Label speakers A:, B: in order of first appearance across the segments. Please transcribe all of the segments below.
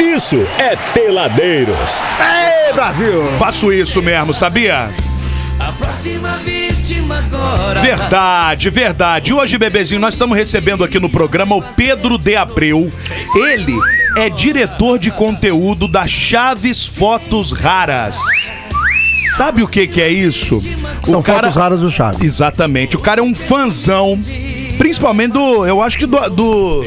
A: isso é Peladeiros.
B: Ei, Brasil!
C: Faço isso mesmo, sabia?
D: A próxima vítima agora.
C: Verdade, verdade. E hoje, bebezinho, nós estamos recebendo aqui no programa o Pedro de Abreu. Ele é diretor de conteúdo da Chaves Fotos Raras. Sabe o que, que é isso? O
B: São
C: cara-
B: fotos raras do Chaves.
C: Exatamente. O cara é um fãzão, principalmente do, eu acho que do, do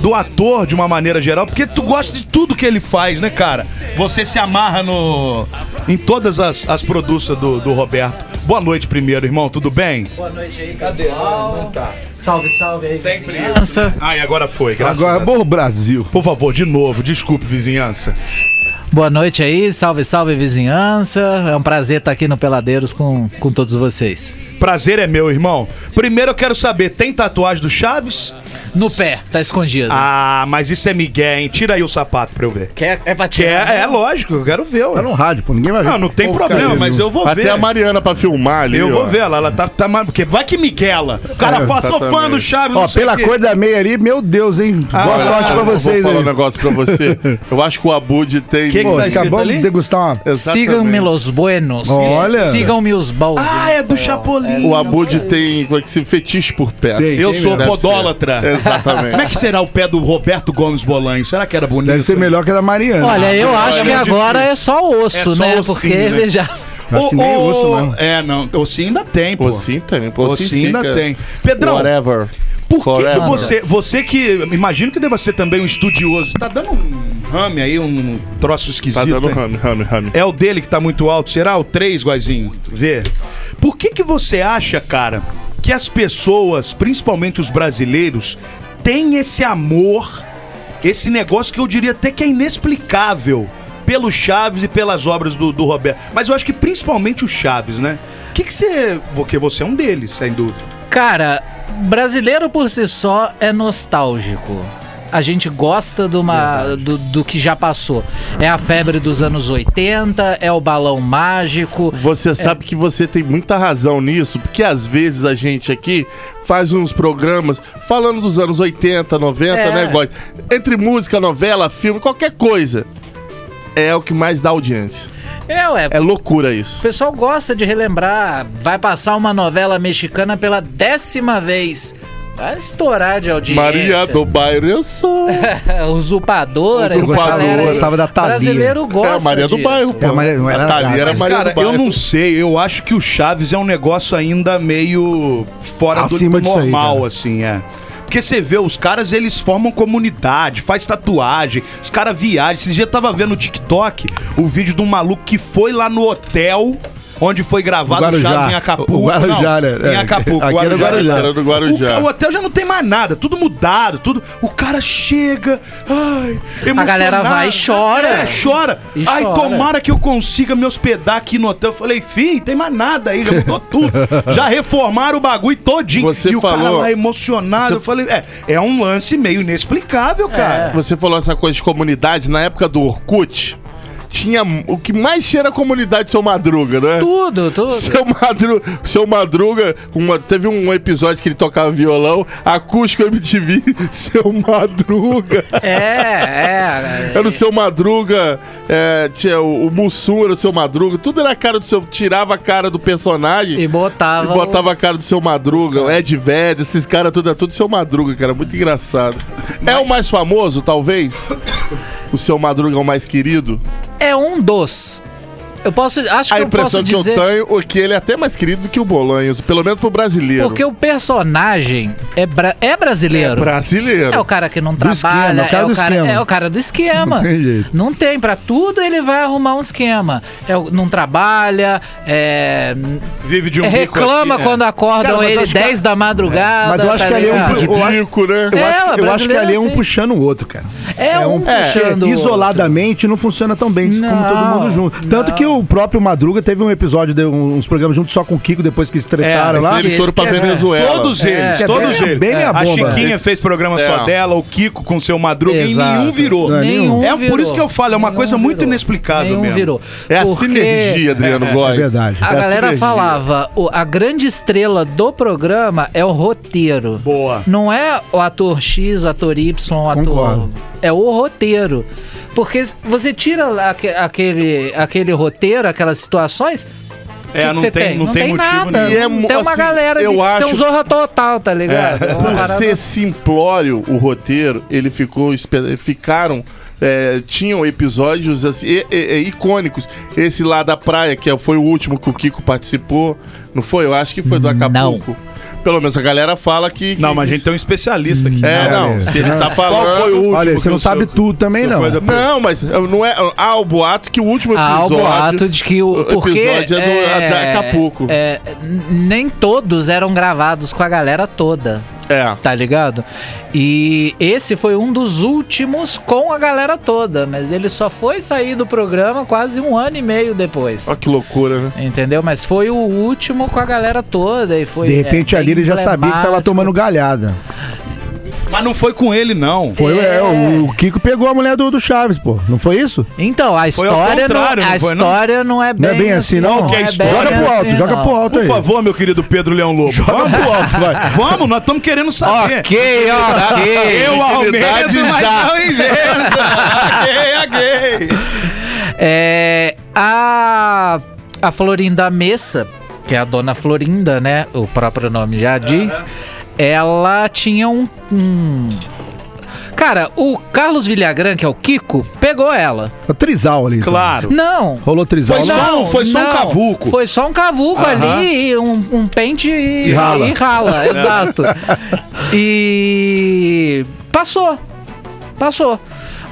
C: do ator de uma maneira geral, porque tu gosta de tudo que ele faz, né, cara? Você se amarra no em todas as, as produções do, do Roberto. Boa noite primeiro, irmão, tudo bem?
E: Boa noite aí, pessoal. Salve, salve aí, Sempre. vizinhança.
C: Ah, e agora foi, graças
B: Agora,
C: a Deus.
B: bom Brasil.
C: Por favor, de novo, desculpe, vizinhança.
E: Boa noite aí, salve, salve, vizinhança. É um prazer estar aqui no Peladeiros com, com todos vocês.
C: Prazer é meu, irmão. Primeiro eu quero saber, tem tatuagem do Chaves?
E: No pé, tá escondido.
C: Ah, mas isso é migué, hein? Tira aí o sapato pra eu ver.
E: Quer, é pra
C: Que
E: tirar?
C: é, é lógico, eu quero ver.
B: Tá
C: Ué.
B: no rádio, pô, ninguém vai ver.
C: Não, não tem
B: Porcaria,
C: problema,
B: viu?
C: mas eu vou ver.
F: Até a Mariana pra filmar ali.
C: Eu
F: ó.
C: vou ver ela, ela tá, tá mar- Porque vai que Miguela. O cara
F: É,
C: fala, sou fã
F: exatamente.
C: do Chaves,
B: Ó,
C: não sei
B: pela
C: o quê.
B: cor da meia ali, meu Deus, hein? Boa
C: Ah,
B: sorte pra
F: Eu
B: vocês
F: Vou falar um
B: aí.
F: negócio pra você. Eu acho que o Abud tem.
C: Que que
B: Pô,
C: tá escrito
B: acabamos
C: ali?
B: de degustar uma...
F: Exatamente.
E: Sigam-me los buenos.
B: Olha.
E: Sigam-me os bons.
C: Ah, é do Chapolin.
F: O Abud tem como é que se fetiche por pé.
B: Tem.
C: Eu sou
F: Deve ser.
C: podólatra.
F: Exatamente.
C: Como é que será o pé do Roberto Gomes Bolanho? Será que era bonito?
B: Deve ser melhor que a da Mariana.
E: Olha, eu acho que
C: é
E: agora é só
C: É
E: osso,
C: só
E: né?
C: ossinho,
E: Porque
C: né?
E: ele já.
B: Acho que nem né? osso mesmo.
C: É, não. O sim ainda tem, pô.
F: Pô, sim tem. Pô,
C: O
F: sim
C: sim ainda
F: né? fica-
C: tem. Pedrão,
F: Whatever.
C: por que, que
F: Forever.
C: você... Você que... Imagino que deva ser também um estudioso. Tá dando um rame aí, um troço esquisito.
F: Tá dando
C: hein?
F: rame, rame, rame.
C: É o dele que tá muito alto, será? O 3, Guazinho? Vê. Por que que você acha, cara, que as pessoas, principalmente os brasileiros, têm esse amor, esse negócio que eu diria até que é inexplicável pelo Chaves e pelas obras do, do Roberto. Mas eu acho que principalmente o Chaves, né? O que que você... Porque você é um deles, sem dúvida.
E: Cara, brasileiro por si só é nostálgico. A gente gosta de uma, do, do que já passou. É a febre dos anos 80, é o balão mágico.
F: Você sabe que você tem muita razão nisso, porque às vezes a gente aqui faz uns programas falando dos anos 80, 90,
E: É.
F: né, Góis? Entre música, novela, filme, qualquer coisa. É o que mais dá audiência.
E: É, ué.
F: É loucura
E: O
F: isso.
E: pessoal gosta de relembrar. Vai passar uma novela mexicana pela décima vez. Vai estourar de audiência.
F: Maria do Bairro, eu sou. É
E: Usurpadora.
B: Eu gostava-
E: essa galera aí.
B: gostava da Thalia.
E: Brasileiro gosta
F: a É, Maria do
E: disso.
F: Bairro. pô.
B: É a Maria- não era
F: A Thalia
B: nada.
F: era
B: Mas,
F: Maria
C: Cara,
F: do Bairro.
C: eu não sei, eu acho que o Chaves é um negócio ainda meio fora
B: Acima
C: do
B: disso aí,
C: normal,
B: cara.
C: assim, é. Porque você vê, os caras, eles formam comunidade, faz tatuagem, os caras viajam. Esses dias eu tava vendo no TikTok o vídeo de um maluco que foi lá no hotel onde foi gravado
B: O
C: o
B: Guarujá.
C: Chaves em Acapulco.
B: O
C: Não,
B: Guarujá, né?
C: Em
B: É,
C: Acapulco.
B: aqui era o Guarujá.
F: Era do Guarujá.
C: O, o hotel já não tem mais nada, tudo mudado, tudo... O cara chega, ai, emocionado.
E: galera vai e chora.
C: É, chora.
E: E
C: ai,
E: chora.
C: tomara tomara que eu consiga me hospedar aqui no hotel. Eu falei, fi, tem mais nada aí, já mudou tudo. Já reformaram o bagulho todinho.
F: Você
C: e o cara
F: falou-
C: lá emocionado.
F: Você-
C: Eu falei, é, é um lance meio inexplicável,
B: É.
C: cara.
F: Você falou essa coisa de comunidade, na época do Orkut, tinha o que mais tinha era comunidade seu Madruga, né?
E: Tudo, tudo.
F: Seu, Madru, seu Madruga, uma- teve um episódio que ele tocava violão, acústico MTV, seu Madruga.
E: É, é.
F: Era o seu Madruga, é, tinha o, o Mussum era o seu Madruga, tudo era a cara do seu. Tirava a cara do personagem.
E: E
F: e
E: botava.
F: botava a cara do seu Madruga, o Ed Vedder, esses caras tudo, é tudo seu Madruga, cara, muito engraçado. É o mais famoso, talvez? O seu Madruga é o mais querido?
E: É um dos. Eu posso. Acho
F: a
E: que eu posso
F: impressão que
E: dizer.
F: eu tenho é que ele é até mais querido do que o Bolanhos, pelo menos pro brasileiro.
E: Porque o personagem é, bra- é brasileiro.
F: Brasileiro.
E: É o cara que não
B: esquema,
E: trabalha,
B: o cara
E: é,
B: do
E: o cara,
B: esquema.
E: é o cara do esquema.
B: Não tem jeito.
E: Não tem, pra tudo ele vai arrumar um esquema. É, o- não trabalha, é,
C: Vive de um bico
E: reclama
C: aqui, né?
E: quando
C: Cara,
E: acordam
C: mas eu
E: ele
C: acho que-
E: 10 da madrugada.
B: é- Mas eu acho
E: tá
B: que ali é um
E: ligado?
F: de
B: eu acho-
F: bico, né?
B: Eu,
E: É,
B: acho,
E: ué,
B: que- eu acho que
E: brasileiro
B: ali é
E: é
B: um
E: assim.
B: puxando o outro, cara.
E: É um puxando o
B: Porque
E: outro.
B: isoladamente não funciona tão bem como
E: Não,
B: todo mundo junto. Tanto
E: não.
B: que o próprio Madruga teve um episódio, de um- uns programas juntos só com o Kiko depois
C: É,
B: que eles tretaram
F: mas
B: lá.
F: Eles foram pra
B: Que é-
E: né?
F: Venezuela.
C: Todos eles,
B: É.
C: todos
B: Bem minha-
C: eles.
B: bem minha
C: a
B: bomba.
C: Chiquinha
B: Esse-
C: fez programa só
F: É.
C: dela, o Kiko com seu Madruga, e
E: Exato.
C: nenhum virou.
B: Não é
E: Nenhum
C: É
E: virou.
C: por isso que eu falo, é uma coisa
E: Nenhum
C: muito
E: virou.
C: inexplicável
E: Nenhum
C: mesmo.
E: virou.
F: É a
E: Porque
F: sinergia, Adriano Góes.
B: É verdade.
E: A
F: É
E: galera
F: sinergia.
E: falava, o- a grande estrela do programa é o roteiro.
C: Boa.
E: Não é o ator X, ator Y, o ator.
B: Concordo.
E: É o roteiro. Porque você tira aque- aquele, aquele roteiro, aquelas situações.
C: É,
E: o
C: não
E: você
C: tem- não tem motivo
E: nada.
F: nenhum. E é mu-
E: tem uma
F: assim,
E: galera.
F: eu
E: de,
F: acho-
E: Tem um Zorra Total, tá ligado? É. uma
F: Por
E: parada-
F: ser simplório o roteiro, ele ficou. espe- Ficaram. é, tinham episódios assim, e- e- e icônicos. Esse lá da praia, que é- foi o último que o Kiko participou, não foi? Eu acho que foi do Acapulco. Pelo menos a galera fala que. que-
C: Não, mas a gente tem um especialista aqui.
F: É,
B: Olha,
F: não. Se ele tá falando. Qual foi o último?
B: Olha,
F: que
B: você não
F: o
B: sabe
F: seu-
B: tudo também, não.
C: coisa-
F: Não, mas eh, não é. Há o boato que o último episódio.
E: Há Ah, o boato de que o. Porque,
F: episódio é do de Acapulco. É.
E: é, n- nem todos eram gravados com a galera toda.
F: É.
E: Tá ligado? E esse foi um dos últimos com a galera toda, mas ele só foi sair do programa quase um ano e meio depois.
F: Olha que loucura, né?
E: Entendeu? Mas foi o último com a galera toda e foi.
B: De repente
E: é,
B: ali ele já sabia que tava
E: emblemático.
B: tomando galhada.
C: Mas não foi com ele, não.
B: Foi é, o Kiko pegou a mulher do, do Chaves, pô. Não foi isso?
E: Então, a
C: ao
E: história, não,
C: contrário,
E: a
C: não foi, não?
E: história não? é bem.
B: Não é bem assim, não?
C: que é
E: bem
C: história?
B: Joga pro alto,
E: assim,
B: joga
E: não.
B: pro alto
C: Por
B: aí.
C: favor, meu querido Pedro Leão Lobo. Vamos pro alto, vai. Vamos, nós estamos querendo saber.
F: Ok, ok.
C: Eu aumento, mas não invento. Gay, a gay.
E: É, a, a Florinda Messa, que é a dona Florinda, né? O próprio nome já diz. Ela tinha um. um- Cara, o Carlos Villagrán, que é o Kiko, pegou ela.
B: O Trisal ali. então.
C: Claro.
E: Não.
B: Rolou Trisal.
C: Foi
B: lá.
C: só um- foi só um cavuco.
E: Foi só um cavuco ali, e um, um pente e,
B: E rala.
E: e rala, exato. E passou. Passou.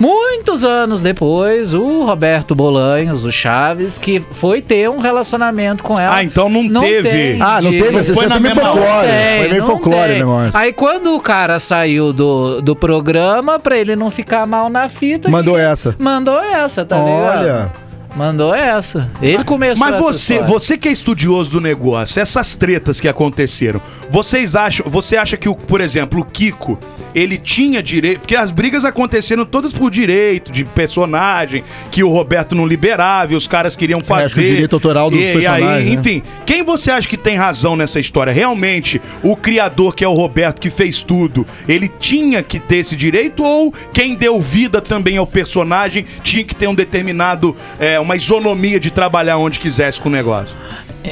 E: Muitos anos depois, o Roberto Bolanhos, o Chaves, que foi ter um relacionamento com ela.
C: Ah, então não teve.
B: Ah, não
E: de-
B: teve? Você
C: foi na
B: foi meio
C: mesma
B: folclore. né?
E: tem,
B: Foi meio
E: não
B: folclore o
E: tem.
B: negócio.
E: Aí quando o cara saiu do, do programa, pra ele não ficar mal na fita...
B: Mandou
E: que-
B: essa.
E: Mandou essa, tá ligado?
B: Olha.
E: Mandou essa. Ele começou
C: Mas
E: essa
C: você,
E: história.
C: você que é estudioso do negócio, essas tretas que aconteceram, vocês acham, você acha que o, por exemplo, o Kiko, ele tinha direito, porque as brigas aconteceram todas por direito de personagem, que o Roberto não liberava, e os caras queriam fazer.
B: direito autoral dos
C: e, E
B: personagens,
C: aí,
B: né?
C: enfim, quem você acha que tem razão nessa história? Realmente, o criador que é o Roberto que fez tudo, ele tinha que ter esse direito ou quem deu vida também ao personagem tinha que ter um determinado, é, uma isonomia de trabalhar onde quisesse com o negócio?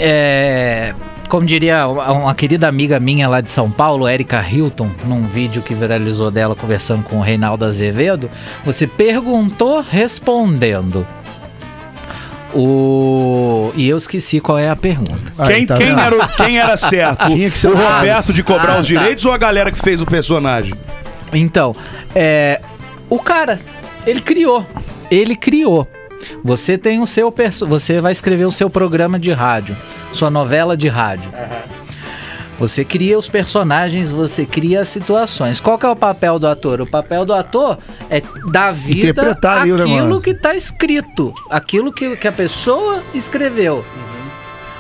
E: É, como diria uma, uma querida amiga minha lá de São Paulo, Erika Hilton, num vídeo que viralizou dela conversando com o Reinaldo Azevedo, você perguntou respondendo. O... E eu esqueci qual é a pergunta.
B: Aí,
C: quem,
B: tá
C: quem
B: vendo?
C: era, o- quem era certo?
B: Tinha que ser
C: o
B: o
C: Roberto de cobrar
E: Ah,
C: os
E: tá.
C: direitos ou a galera que fez o personagem?
E: Então, é, o cara, ele criou. Ele criou. Você tem o seu perso- você vai escrever o seu programa de rádio, sua novela de rádio. Você cria os personagens, você cria as situações. Qual que é o papel do ator? O papel do ator é dar vida
B: Interpretar ali o
E: àquilo
B: negócio.
E: que está escrito, aquilo que, que a pessoa escreveu.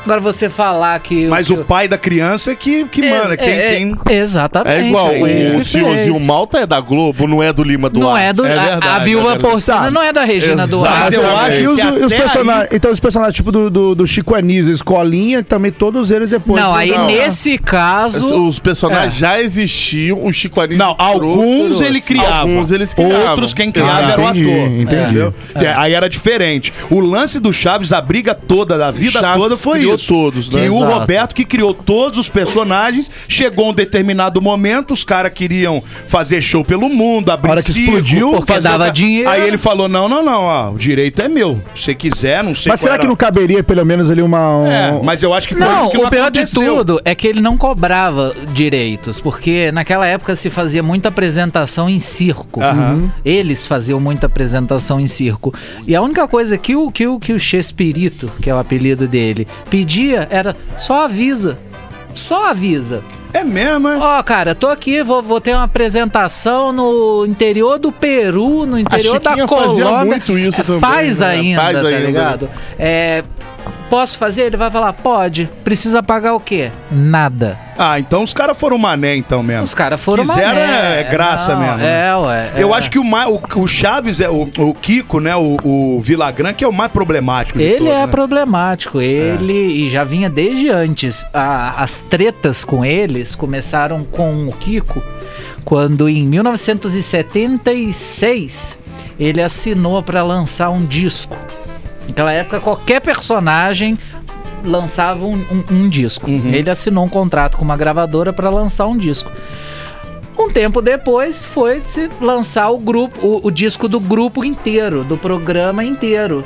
E: Agora você falar que
C: Mas
E: que
C: o pai da criança é que, que manda, quem
E: Ah, é,
C: tem...
E: exatamente.
F: É igual,
E: foi ele
F: o,
E: que
F: Silas
E: fez.
F: e o Malta é da Globo, não é do Lima Duarte.
E: Não é do. a- a,
F: verdade, é
E: viúva
F: verdade.
E: porcina
F: Tá.
E: não é da Regina
F: Exato.
C: Mas
E: Duarte.
C: eu acho
B: E os,
C: que
B: e os
C: até
B: personagens. Então, os personagens tipo do, do, do Chico Anísio, Escolinha, também todos eles depois.
E: não, aí
F: não.
E: nesse caso.
F: Os personagens
E: É.
F: já existiam, o Chico Anísio
C: Não, alguns
F: trouxe-
C: ele criava.
F: Alguns eles criavam.
C: Outros quem criava
B: Ah,
C: era o ator.
B: entendi, entendi.
C: Entendeu? É, aí era diferente. O lance do Chaves, a briga toda, da vida
F: Chaves
C: toda, foi isso.
F: criou todos, né?
C: Que o
E: Exato.
C: Roberto que criou todos os personagens, chegou um determinado momento, os caras queriam fazer show pelo mundo, abrir
B: Hora que
C: circo,
B: explodiu.
E: Porque
C: fazer
E: dava
C: outra-
E: dinheiro.
C: Aí ele falou, não, não, não, ó, o direito é meu. Se você quiser, não sei
B: Mas
C: qual
B: será que
C: era-
B: não caberia pelo menos ali uma. um-
C: É, mas eu acho que foi
E: Não,
C: isso que
E: o pior de
C: aconteceu.
E: tudo é que ele não cobrava direitos, porque naquela época se fazia muita apresentação em circo.
F: Uhum.
C: Aham.
E: Eles faziam muita apresentação em circo. E a única coisa que o, que o, que o Chespirito, que é o apelido dele, pedia era só avisa. Só avisa.
C: É mesmo, é?
E: Ó, cara, tô aqui, vou, vou ter uma apresentação no interior do Peru, no interior da
F: Chiquinha fazia
E: Colômbia.
F: muito isso
E: É,
F: também,
E: Faz
F: né?
E: ainda,
F: Faz
E: tá
F: ainda.
E: ligado? É, posso fazer? Ele vai falar, pode. Precisa pagar o quê? Nada.
C: Ah, então os caras foram mané então mesmo.
E: Os caras foram
C: Quiseram
E: mané.
C: é, é graça
E: Não,
C: mesmo. né?
E: É, ué.
C: Eu
E: é.
C: acho que o, mais, o, o Chaves, é o, o Kiko, né? O, o Vilagrã, que é o mais problemático. de
E: Ele
C: todos,
E: é
C: né?
E: problemático, ele e já vinha desde antes. A- as tretas com eles começaram com o Kiko quando em 1976 ele assinou pra lançar um disco. Naquela época, qualquer personagem lançava um, um- um disco.
C: Uhum.
E: Ele assinou um contrato com uma gravadora pra lançar um disco. Um tempo depois foi se lançar o grupo, o, o disco do grupo inteiro, do programa inteiro.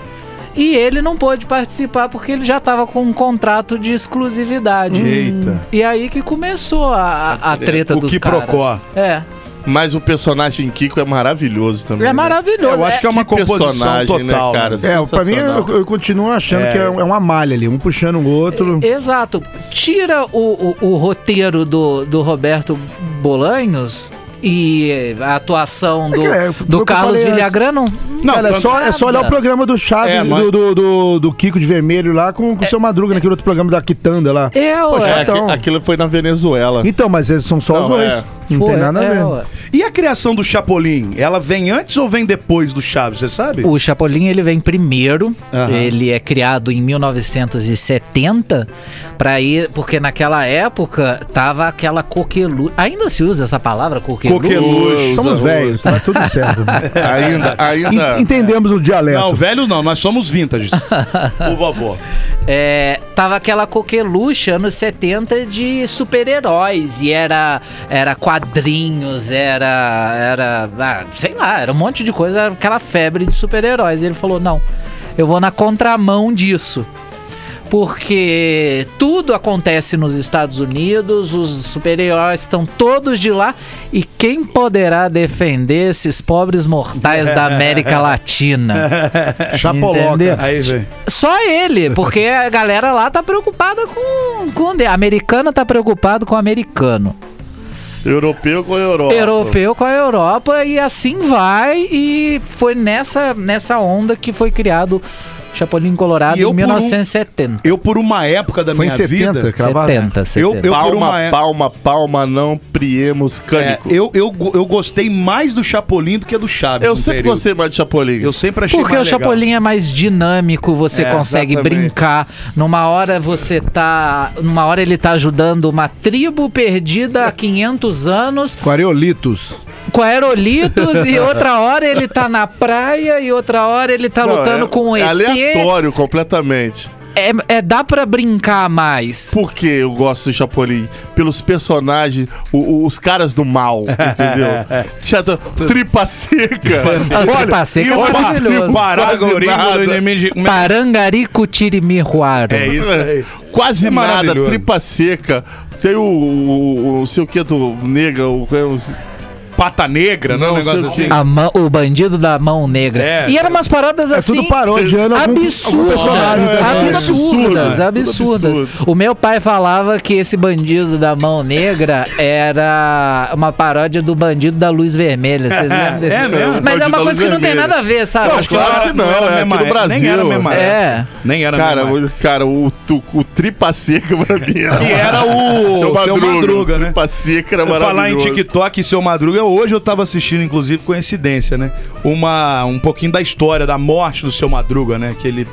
E: E ele não pôde participar porque ele já estava com um contrato de exclusividade. Hum.
C: Eita.
E: E aí que começou a,
B: É,
E: a- a treta
C: O
E: dos
C: que
E: caras.
C: procó.
E: É.
F: Mas o personagem Kiko é maravilhoso também.
E: É
F: né?
E: maravilhoso.
C: Eu
B: um
C: acho que é uma composição
F: personagem, né,
C: total.
F: cara?
C: né?
B: É, pra mim
F: Sensacional.
B: eu, eu continuo achando que é, é uma malha ali, um puxando o
E: É,
B: outro.
E: Exato. Tira o, o, o roteiro do, do Roberto Bolanhos e a atuação do,
B: que é, foi o que
E: do
B: eu
E: Carlos
B: falei antes.
E: Villagrano.
C: Não,
B: Cara, é
C: tanto-
B: só, é só olhar o
E: nada.
B: programa do Chaves,
C: É, mas-
B: do, do, do- do Kiko de Vermelho lá, com, com o seu Madruga, naquele outro programa da Quitanda lá.
E: É,
F: É,
E: ué.
F: aqui-
B: então.
F: Aquilo foi na Venezuela.
B: Então, mas eles são só os
F: Não,
B: dois.
F: é.
B: Não
E: Foi,
B: tem nada
E: é,
B: a ver.
E: ué.
C: E a criação do Chapolin, ela vem antes ou vem depois do Chaves, você sabe?
E: O Chapolin ele vem primeiro,
C: Aham.
E: ele é criado em 1970 para ir, porque naquela época tava aquela coqueluche. Ainda se usa essa palavra coqueluche?
C: Coqueluche.
B: Somos velhos, tá tudo certo.
E: é,
F: Ainda, ainda.
B: En- Entendemos o dialeto.
C: Não, velhos não, nós somos vintages. Por favor.
E: É, tava aquela coqueluche anos 70 de super-heróis e era era quadrinhos, era era ah, sei lá, era um monte de coisa, era aquela febre de super-heróis. E ele falou: "Não, eu vou na contramão disso". Porque tudo acontece nos Estados Unidos, os super-heróis estão todos de lá e quem poderá defender esses pobres mortais da América Latina? Entendeu?
C: Aí, vem.
E: Só ele, porque a galera lá tá preocupada com. com de- americano tá preocupado com o americano.
F: Europeu com a Europa.
E: é. Europeu com a Europa e assim vai. E foi nessa, nessa onda que foi criado Chapolin Colorado
C: E eu
E: em
C: por um-
E: 1970.
C: Eu, por uma época da
B: Foi em
C: minha
B: 70,
C: vida.
B: cravado.
E: 70,
C: né?
E: 70.
C: eu- por
F: Palma,
C: uma é-
F: palma, palma, não priemos
C: é,
F: cânico.
C: eu, eu, go- eu gostei mais do Chapolin do que do Chaves.
F: Eu
C: no
F: sempre
C: período.
F: gostei mais de Chapolin.
C: Eu sempre achei
E: Porque o
C: mais legal.
E: Chapolin é mais dinâmico, você
F: É,
E: consegue
F: exatamente.
E: brincar. Numa hora você tá. Numa hora ele tá ajudando uma tribo perdida há 500 anos
B: Quareolitos.
E: com aerolitos e outra hora ele tá na praia e outra hora ele tá
F: Não,
E: lutando
F: é-
E: com o
F: é
E: ET.
F: aleatório completamente.
E: É, é- dá pra brincar mais.
F: Por que eu gosto do Chapolin? Pelos personagens, o- o- os caras do mal, entendeu? Tinha t- tripa seca.
E: A tripa seca é
F: olha,
E: maravilhoso.
C: Paragorinho
F: Quase
C: do
F: nada.
C: inimigo. Como é
E: Parangarico Tirimihuaro.
C: É isso aí.
F: Quase
C: É
F: nada,
C: maravilhoso.
F: tripa seca. Tem o, o, o sei o que do nega, o, o-
C: Pata negra, né?
F: Não,
C: um negócio
F: seu-
C: assim.
E: A mão- o bandido da mão negra.
C: É.
E: e eram umas paradas
B: É
E: assim.
B: tudo parodiando algum- algum
E: Absurdas,
B: personagem,
E: absurdas,
B: né?
E: absurdas,
F: Absurdo, tudo absurdo.
E: O meu pai falava que esse bandido da mão negra era uma paródia do bandido da luz vermelha. Vocês lembram desse?
C: É mesmo?
E: Mas
F: Bandido
E: é uma coisa
F: da luz
E: que não tem
F: vermelha.
E: nada a ver, sabe? Assim,
F: Não, claro que não,
C: era
F: é
C: a mesma
F: aqui do
C: época, né, Nem era a
F: Brasil.
C: mesma
E: É.
C: época. Nem era a
F: cara,
C: mesma época.
F: o, cara, o, tu- o tripa seca pra mim era
C: é. Que era o
F: seu madruga,
C: Madruga, né?
F: Tripa seca era maravilhoso.
C: Falar em TikTok e seu Madruga, hoje eu tava assistindo, inclusive, coincidência, né? Uma, um pouquinho da história da morte do seu Madruga, né? Que ele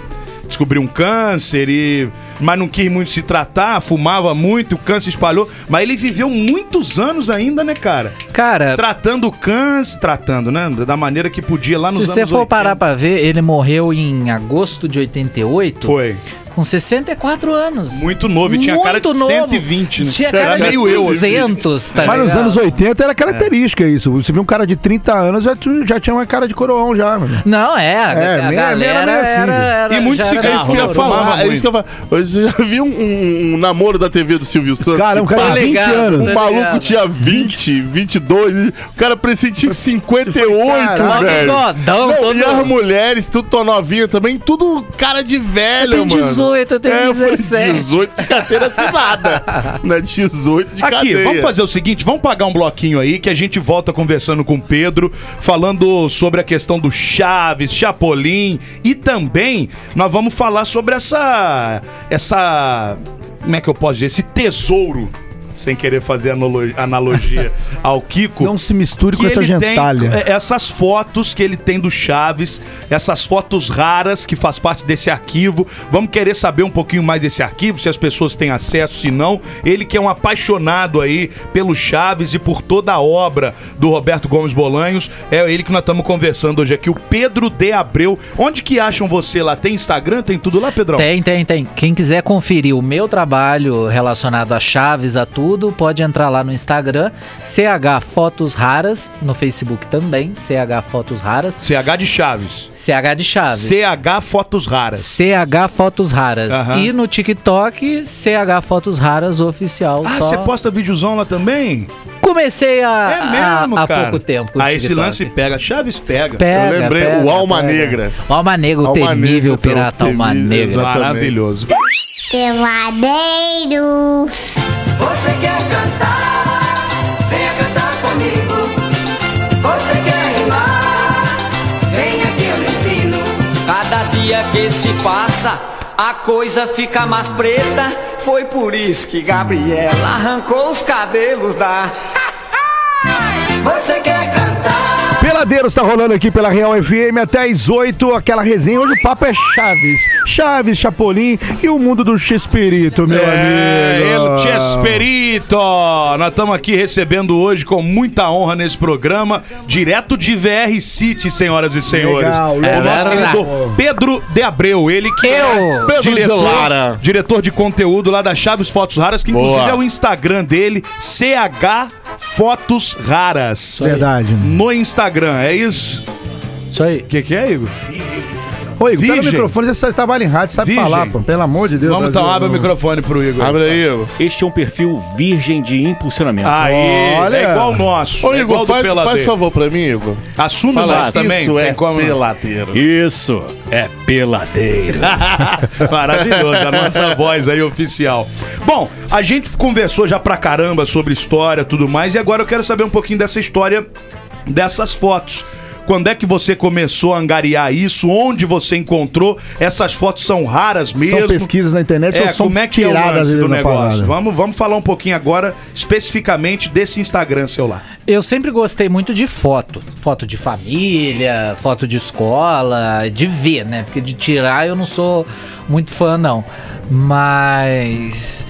C: descobriu um câncer e. Mas não quis muito se tratar, fumava muito, o câncer espalhou. Mas ele viveu muitos anos ainda, né, cara?
E: Cara,
C: Tratando o câncer. Tratando, né? Da maneira que podia lá nos
E: se
C: anos
E: você for
C: 80.
E: parar pra ver, ele morreu em agosto de 88.
C: Foi.
E: Com 64 anos.
C: Muito novo, e tinha cara de
E: Muito novo.
C: 120, né?
E: Tinha cara
C: Era
E: de
C: meio eu, assim.
E: 200, tá
B: Mas nos
E: ligado?
B: anos 80 era característica isso. Você viu um cara de 30 anos, já, tu- já tinha uma cara de coroão já, mano.
E: Não, é. A,
B: É,
E: a
B: meio-
E: galera
B: meio era
E: era,
B: meio assim,
E: era,
B: viu?
E: era
C: E muito
E: já era
C: cigarro, né?
F: É isso que eu ia
E: horroroso.
F: falar.
C: Tomava
F: É isso que eu ia falar. Você já viu um, um- um namoro da TV do Silvio Santos?
B: Cara, um
F: Que
B: cara
E: Tá
B: de 20
E: ligado,
B: anos.
E: tá
F: O maluco
E: ligado?
F: tinha 20, 22, o cara pressentiu 58,
B: Caralho.
F: velho.
E: Bigodão,
F: Não,
E: todo-
F: E as mulheres, tudo tô novinha também, tudo cara de velha,
E: Eu tenho
F: mano.
E: 18, eu tenho
F: É, falei,
E: 17.
F: 18 de carteira assinada. Não é 18 de
C: Aqui,
F: cadeia.
C: vamos fazer o seguinte, vamos pagar um bloquinho aí que a gente volta conversando com o Pedro, falando sobre a questão do Chaves, Chapolin e também nós vamos falar sobre essa essa como é que eu posso dizer, esse tesouro sem querer fazer analo- analogia ao Kiko.
B: Não se misture
C: que
B: com essa
C: ele tem,
B: gentalha.
C: é, essas fotos que ele tem do Chaves, essas fotos raras que faz parte desse arquivo. Vamos querer saber um pouquinho mais desse arquivo, se as pessoas têm acesso, se não. Ele que é um apaixonado aí pelo Chaves e por toda a obra do Roberto Gomes Bolanhos. É ele que nós estamos conversando hoje aqui, o Pedro de Abreu. Onde que acham você lá? Tem Instagram? Tem tudo lá, Pedrão?
E: Tem, tem, tem. Quem quiser conferir o meu trabalho relacionado a chaves, a tudo, pode entrar lá no Instagram, CH Fotos Raras, no Facebook também, CH Fotos Raras,
C: CH de Chaves.
E: CH de Chaves.
C: CH Fotos Raras.
E: CH Fotos Raras.
C: Aham.
E: E no TikTok, CH Fotos Raras Oficial.
C: Ah,
E: só.
C: você posta videozão lá também?
E: Comecei a,
C: É mesmo,
E: a- há
C: cara.
E: pouco tempo. o
C: Ah, esse
E: TikTok.
C: lance pega. Chaves pega.
E: Pega,
F: Eu lembrei,
E: pega,
F: o Alma
E: pega.
F: Negra.
E: O Alma Negra, o
F: Alma
E: temível
F: Negra,
E: pirata
F: o
E: Alma
F: temível,
E: Negra.
F: exatamente.
C: Maravilhoso.
G: Peladeiros.
D: Você quer cantar? Venha cantar comigo. Você quer rimar? Venha que eu lhe ensino. Cada dia que se passa, a coisa fica mais preta. Foi por isso que Gabriela arrancou os cabelos da. Você quer cantar?
B: Peladeiros tá rolando aqui pela Real FM até às 8, aquela resenha. Hoje o papo é Chaves. Chaves, Chapolin e o mundo do Chespirito, meu
C: É,
B: amigo.
C: El Chesperito! Nós estamos aqui recebendo hoje com muita honra nesse programa, direto de VR City, senhoras e senhores.
B: Legal,
C: o
B: legal.
C: nosso querido Pedro de Abreu, ele que é
E: Eu,
F: Pedro de
C: diretor,
F: Lara.
C: diretor de conteúdo lá da Chaves Fotos Raras, que
F: Boa.
C: inclusive é o Instagram dele, CH Fotos Raras.
B: Verdade.
C: No Instagram, é isso?
E: Isso aí.
C: O que, que é, Igor?
B: Oi, Igor, pega
C: Virgem.
B: o microfone, você trabalha em rádio, sabe
C: Virgem.
B: falar, pô. Pelo amor de Deus.
C: Vamos então,
B: Brasil.
C: abre o microfone pro Igor.
F: Abre aí, Igor.
A: Este é um perfil virgem de impulsionamento.
C: Aí,
B: Olha.
C: é igual o nosso.
F: Ô,
C: é igual
F: Igor,
C: do
F: faz, faz
C: Peladeiro.
F: favor pra mim, Igor.
C: Assume
F: Fala,
C: nós também.
F: isso
C: tem
F: é
C: como-
F: peladeiro.
A: Isso é peladeiro.
C: Maravilhoso, a nossa voz aí oficial. Bom, a gente conversou já pra caramba sobre história e tudo mais, e agora eu quero saber um pouquinho dessa história dessas fotos. Quando é que você começou a angariar isso? Onde você encontrou? Essas fotos são raras mesmo?
B: São pesquisas na internet,
C: É,
B: são- são
C: como é que é o
B: tiradas
C: lance
B: ali
C: do
B: na
C: negócio?
B: parada.
C: Vamos, vamos falar um pouquinho agora, especificamente, desse Instagram seu lá.
E: Eu sempre gostei muito de foto. Foto de família, foto de escola, de ver, né? Porque de tirar eu não sou muito fã, não. Mas.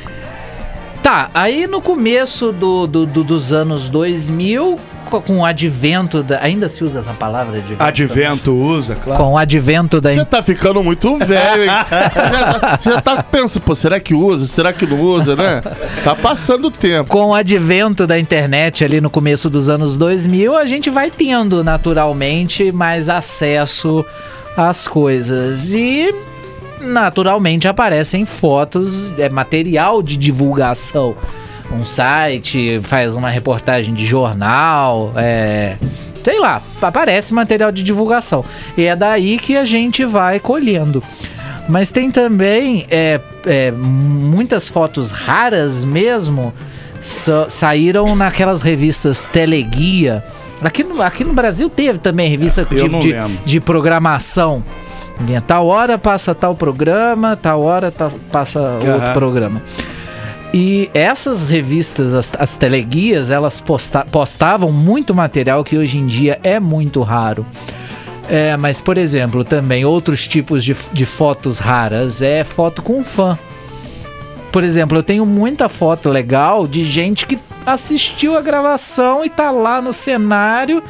E: Tá, aí no começo do, do- do- dos anos 2000, co- com o advento da. Ainda se usa essa palavra? Advento?
C: Advento usa, claro.
E: Com o advento da.
F: Você
E: in-
F: tá ficando muito velho, hein? Você já tá, já tá pensando, pô, será que usa? Será que não usa, né? Tá passando o tempo.
E: Com o advento da internet ali no começo dos anos 2000, a gente vai tendo naturalmente mais acesso às coisas. E naturalmente aparecem fotos, é material de divulgação. Um site faz uma reportagem de jornal, é, sei lá, aparece material de divulgação. E é daí que a gente vai colhendo. Mas tem também é, é, muitas fotos raras mesmo sa- saíram naquelas revistas Teleguia. Aqui no, aqui no Brasil teve também revista
C: Eu
E: de,
C: não
E: de-
C: lembro.
E: de programação. Em Tal hora passa tal programa, tal hora ta- passa outro
C: Aham.
E: programa. E essas revistas, as, as teleguias, elas posta- postavam muito material que hoje em dia é muito raro. É, mas, por exemplo, também outros tipos de, de fotos raras é foto com fã. Por exemplo, eu tenho muita foto legal de gente que assistiu a gravação e tá lá no cenário,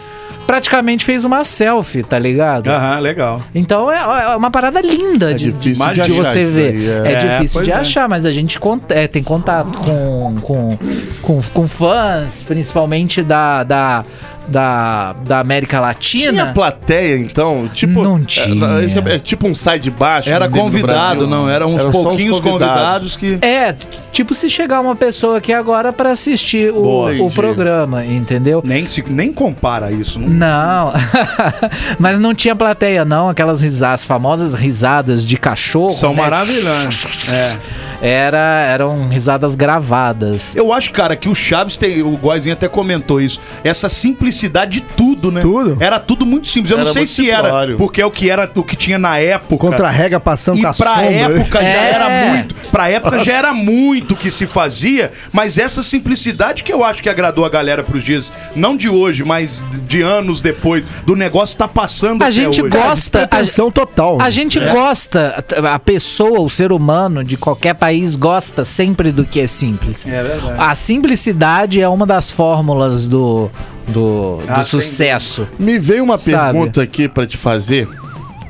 E: praticamente fez uma selfie, tá ligado?
C: Aham, legal.
E: Então é, é uma parada linda de,
F: difícil
E: de-
C: de
E: de você
F: achar
E: ver.
F: isso daí,
E: é.
C: é. É,
E: difícil
C: pois
E: de
C: é.
E: achar, mas a gente con- é, tem contato com, com, com, com fãs, principalmente da, da, da, da América
F: Tinha
E: Latina.
F: plateia, então? Tipo,
E: Não tinha.
F: É, isso que é- é tipo um sai de baixo.
C: Era
F: no Brasil. né?
C: convidado, não, eram uns
F: Eram só uns
C: pouquinhos convidados. que...
E: É, t- tipo se chegar uma pessoa aqui agora pra assistir o,
F: Boa,
E: o
F: entendi.
E: programa, entendeu?
C: Nem, se, nem compara isso. né? Não...
E: Não, mas não tinha plateia não, aquelas risadas, famosas risadas de cachorro.
C: São
E: né?
C: maravilhosos. É.
E: era, eram risadas gravadas.
C: Eu acho, cara, que o Chaves tem. O Guazinho até comentou isso. Essa simplicidade de tudo, né?
B: Tudo.
C: Era tudo muito simples. Eu não
F: Era
C: sei
F: muito
C: se era,
F: simplório.
C: porque é o que era o que tinha na época.
B: Contra a rega passando
C: E
B: com a
C: pra
B: sombra.
F: né?
C: época já
E: É.
C: era muito. Pra época já era muito que se fazia, mas essa simplicidade que eu acho que agradou a galera pros dias, não de hoje, mas de anos depois, do negócio tá passando
E: A
C: até
E: gente
C: hoje.
E: gosta. a-
B: Atenção É total.
E: A gente
C: é?
E: gosta, a pessoa, o ser humano de qualquer país gosta sempre do que é simples. É verdade. A simplicidade é uma das fórmulas do, do, do
C: Ah, sem
E: sucesso.
F: Me veio uma
E: Sabe.
F: pergunta aqui pra te fazer.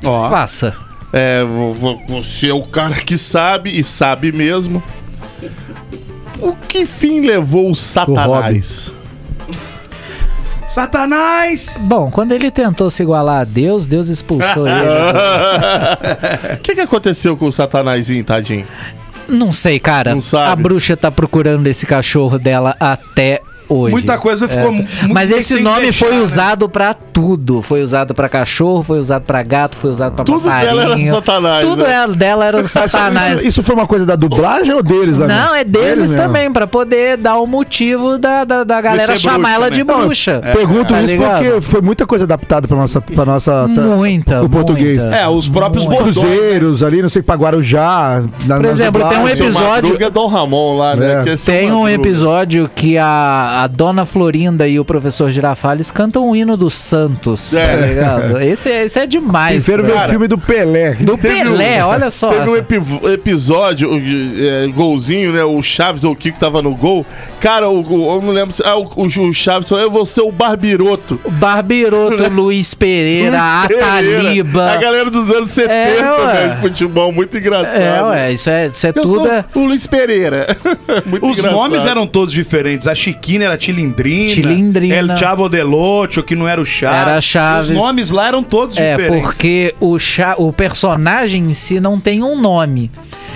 F: Ó.
E: Faça.
F: É, vo- vo- você é o cara que sabe e sabe mesmo. O que fim levou o Satanás?
C: Satanás!
E: Bom, quando ele tentou se igualar a Deus, Deus expulsou ele.
F: O que, que aconteceu com o Satanazinho, tadinho?
E: Não sei, cara.
F: Não sabe.
E: A bruxa tá procurando esse cachorro dela até hoje. É.
C: Muita coisa ficou muito
E: Mas
C: bem
E: esse
C: sem
E: nome
C: fechar,
E: foi
C: né?
E: usado pra tudo. Foi usado pra cachorro, foi usado pra gato, foi usado pra
F: Tudo
E: passarinho.
F: dela era
C: tá
F: Satanás,
E: Tudo é
F: né?
E: era- dela era o
B: Isso-
E: Satanás.
B: Isso, foi uma coisa da dublagem ou deles? né?
E: Não, é deles
B: mesmo.
E: também, pra poder dar o motivo da, da, da galera
C: ser
E: chamar
C: bruxa,
E: ela
C: né?
E: de
B: Não, eu é,
E: bruxa.
B: Pergunto
E: Tá
B: isso
E: ligado?
B: porque foi muita coisa adaptada pra nossa, pra nossa ta-
E: Muita.
B: o português.
E: muita.
C: É, os próprios
E: Muito.
C: bordões.
B: Cruzeiros ali, não sei, pra Guarujá. na-
E: né? Por
B: nas
E: exemplo, tem um
B: dublagens.
E: episódio-
F: Madruga é Dom Ramon lá, né?
B: É.
F: Que é seu
E: Tem um
F: Madruga.
E: episódio que a, a dona Florinda e o professor Girafales cantam o hino do Santos, tá
F: É.
E: ligado? Esse, esse é demais.
B: Primeiro
E: cara.
B: ver o filme do Pelé.
E: Do
F: Teve
E: Pelé,
F: um-
E: olha só.
F: Teve um
E: essa.
F: epi- episódio, eh, eh, golzinho, né? O Chaves ou o Kiko tava no gol. Cara, o, o- eu não lembro. se- Ah, o, o Chaves falou: eu vou ser o Barbiroto.
E: Barbiroto, Luiz Pereira,
F: Luiz Pereira. A
E: Ataliba.
F: galera dos anos 70,
E: É, ué.
F: velho. Futebol muito engraçado.
E: É, ué, isso é, isso é
F: Eu
E: tudo.
F: sou
E: é-
F: o Luiz Pereira. muito
C: Os
F: engraçado.
C: nomes eram todos diferentes. A Chiquina era Tilindrina.
E: Tilindrina.
C: El Chavo Delocho, que não era o Chaves.
E: Era Chaves.
C: Os nomes lá eram todos
E: É,
C: diferentes.
E: porque o, cha- o personagem em si não tem um nome.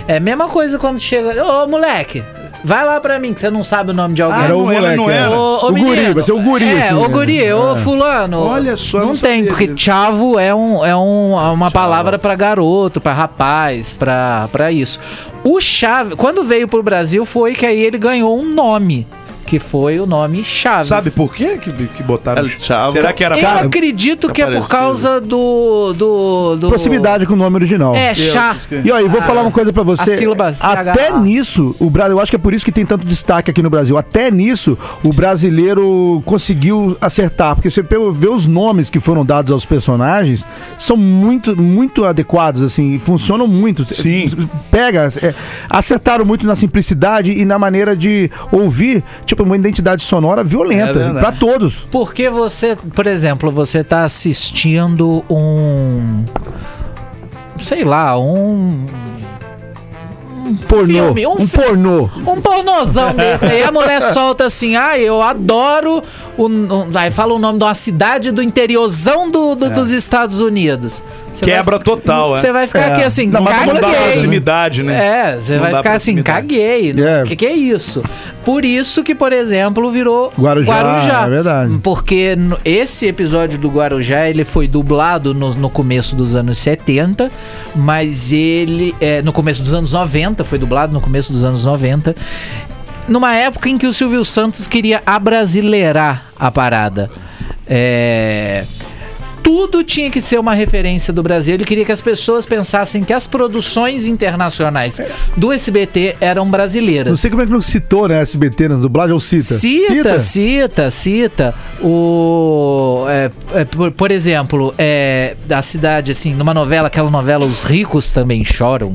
E: É a mesma coisa quando chega. Ô, moleque, vai lá pra mim que você não sabe o nome de alguém.
C: Ah,
B: Era
C: não
B: o
C: era,
B: moleque.
C: não
B: era.
C: era.
E: Ô, ô,
B: é, o guri,
E: menino,
B: vai ser o guri.
E: É,
B: assim,
E: ô
B: né?
E: guri, ô fulano.
C: Olha só, eu
E: Não,
C: não
E: tem,
C: sabia
E: porque
C: disso.
E: chavo é, um, é, um, é uma palavra pra garoto, pra rapaz, pra, pra isso. O chave, quando veio pro Brasil, foi que aí ele ganhou um nome, que foi o nome Chaves.
C: Sabe por quê que, que botaram?
F: El Chavo.
C: Será que era
E: Eu
C: cara?
E: acredito que é por
F: Apareceu.
E: causa do... do, do-
B: Proximidade com o nome original.
E: É, chá.
B: E ó, e vou falar uma coisa pra você.
E: Ah, a sílaba CH.
B: Até nisso, o Brasil, eu acho que é por isso que tem tanto destaque aqui no Brasil. Até nisso, o brasileiro conseguiu acertar, porque você pe- vê os nomes que foram dados aos personagens, são muito, muito adequados assim, e funcionam muito.
C: Sim.
B: Pega, é, acertaram muito na simplicidade e na maneira de ouvir, tipo uma identidade sonora
C: É
B: violenta
C: verdade.
B: pra todos.
E: Porque você, por exemplo, você tá assistindo um. Sei lá, um.
B: Pornô,
E: Filme, um
B: um
E: fi-
B: pornô.
E: Um pornozão desse aí. A mulher solta assim, ah, eu adoro. O, o- aí fala o nome de uma cidade do interiorzão do, do- dos Estados Unidos. Você vai-
C: É. Quebra total, é.
E: né? Você vai ficar
B: É.
E: aqui assim,
B: Ainda mais pra
C: Não dá
B: Caguei.
C: proximidade, né?
E: É, você
C: Não
E: vai
C: dá
E: ficar assim,
C: proximidade.
E: caguei.
B: É.
E: O que, que é isso? Por isso que, por exemplo, virou
B: Guarujá, é verdade.
E: Porque no- esse episódio do Guarujá, ele foi dublado no, no começo dos anos 70, mas ele... é, no começo dos anos 90, foi dublado no começo dos anos 90. Numa época em que o Silvio Santos queria abrasileirar a parada. É tudo tinha que ser uma referência do Brasil. Ele queria que as pessoas pensassem que as produções internacionais do SBT eram
B: Não
E: brasileiras.
B: sei como é que não citou, né, SBT nas dublagens ou cita?
E: Cita, cita, cita. O, é, é, por, por exemplo, é, da cidade, assim, numa novela, aquela novela Os Ricos Também Choram.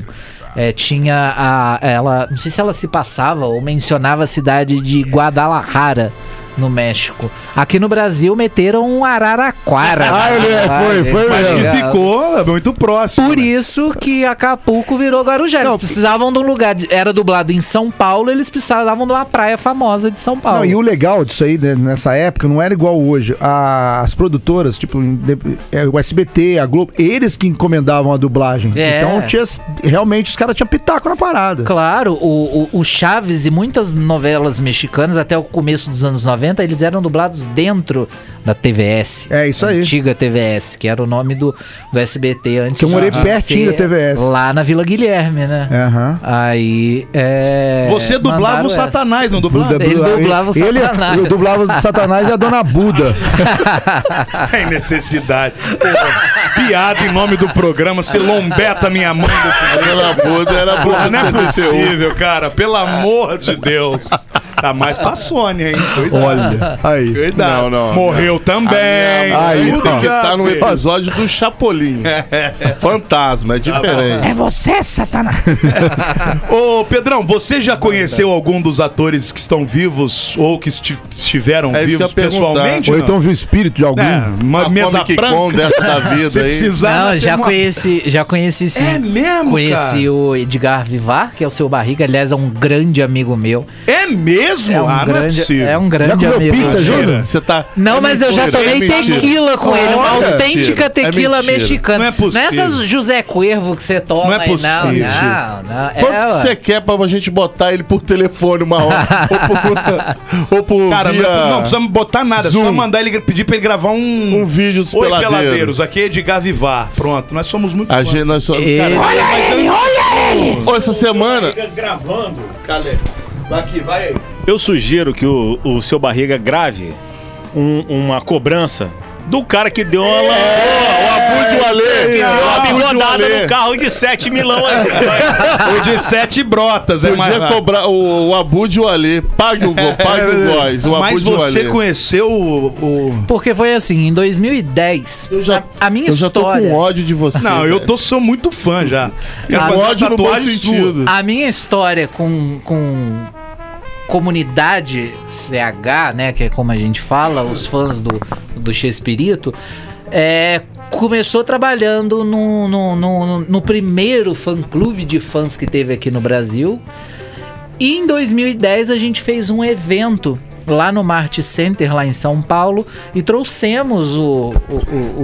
E: é, tinha a. Ela. Não sei se ela se passava ou mencionava a cidade de Guadalajara, no México. Aqui no Brasil meteram um Araraquara.
B: Ah, eu lembro, foi, foi
F: É,
C: Mas
B: mesmo.
C: que
E: Legal.
C: ficou é, muito próximo.
E: Por
C: né?
E: isso que Acapulco virou Guarujá. Eles
B: Não,
E: precisavam de um lugar. de- Era dublado em São Paulo, eles precisavam de uma praia famosa de São Paulo.
B: Não, e o legal disso aí, né, nessa época, não era igual hoje. A- as produtoras, tipo, inde- é, o SBT, a Globo, eles que encomendavam a dublagem.
E: É.
B: Então, tinha, realmente, os caras tinham pitaco na parada.
E: Claro, o, o- o Chaves e muitas novelas mexicanas até o começo dos anos 90 90, eles eram dublados dentro da TVS.
B: É, isso
E: a
B: aí.
E: Antiga TVS, que era o nome do, do SBT antes
B: Que eu morei
E: de
B: pertinho
E: ser
B: da TVS.
E: Lá na Vila Guilherme, né?
B: Aham.
E: Aí. é,
C: Você dublava
E: mandaram
C: o
E: essa.
C: Satanás, não dublava?
B: Buda,
E: Ele
B: Buda-
E: dublava o
B: ele-
E: Satanás.
B: Eu dublava o Satanás e a Dona Buda.
C: Tem necessidade. Pô, Piada em nome do programa, você lombeta minha mãe desse jeito.
F: Pela puta, era
C: Porra,
F: boa.
C: não é
F: 71.
C: possível, cara. Pelo amor de Deus. Tá mais pra Sônia, hein? Cuidado.
B: Olha, aí.
C: Cuidado.
F: Não, não,
C: Morreu também.
F: A minha
B: Aí,
F: mãe
C: então.
B: ó.
F: que tá no episódio do Chapolin. Fantasma, é
C: Ah,
F: diferente.
B: É você, Satanás.
C: Ô, Pedrão, você já conheceu algum dos atores que estão vivos ou que esti- estiveram
F: É isso que eu
C: vivos
F: ia perguntar.
C: pessoalmente?
B: Ou
C: não?
B: então viu o espírito de algum.
C: É, uma
F: A
C: mesa
F: Comic
C: branca.
F: Con dessa da vida
C: Se
F: aí.
C: precisar,
E: Não,
C: tem
E: já
C: uma-
E: conheci, já conheci sim.
C: né, É mesmo,
E: Conheci
C: cara?
E: o Edgar Vivar, que é o seu barriga, aliás, é um grande amigo meu.
C: É mesmo?
E: É um
C: ah, não é
E: grande,
C: possível.
E: é um
B: Já
E: grande
B: comeu
E: amigo.
B: pizza
E: meu.
B: junto?
F: Você tá.
E: Não, mas eu já
F: mentira,
E: tomei
F: é mentira.
E: tequila com ele, uma
F: Olha,
E: autêntica
F: mentira, é
E: tequila
F: mentira.
E: mexicana.
C: Não é possível.
E: Não essas José Cuervo que você toma
C: Não é
E: aí, não,
C: possível.
E: não, não. É,
F: Quanto que
E: ué.
F: você quer pra gente botar ele por telefone uma hora? ou por. Ou por
C: Cara,
F: via-
C: não, não precisamos botar nada, é só
F: Zoom.
C: mandar ele pedir pra ele gravar um.
F: um vídeo dos
C: Oi,
F: peladeiros.
C: peladeiros. Aqui é Edgar Vivar. Pronto, nós somos muito
F: A
C: fãs.
F: gente, nós só,
E: Ele-
F: Ô, essa semana.
A: Gravando.
F: Vai aqui, vai aí.
A: Eu sugiro que o, o seu barriga grave um- uma cobrança do cara que deu uma,
F: Abu de Alê.
A: deu uma
F: Abu de
A: bigodada
F: Alê.
A: no carro de 7 milão aí.
C: O de sete brotas, é mais
F: Podia
C: rápido. É.
F: cobrar um o, o Abu de Alê. Pague o gol, pague o góis. O Abu
C: Mas
F: de
C: você
F: Alê.
C: conheceu o. o-
E: Porque foi assim, em 2010,
F: Eu já-
E: a, a minha
F: Eu já tô
E: história.
F: com ódio de você.
C: Não, eu
F: velho.
C: tô, sou muito fã já. Quero
E: Ah,
C: fazer uma
F: é. ódio no bom
C: tatuagem sua.
F: sentido.
E: A minha história com, com comunidade CH, né, que é como a gente fala, os fãs do, do Chespirito, é, começou trabalhando no, no, no, no primeiro fã-clube de fãs que teve aqui no Brasil. E em 2010 a gente fez um evento lá no Marte Center, lá em São Paulo, e trouxemos o, o,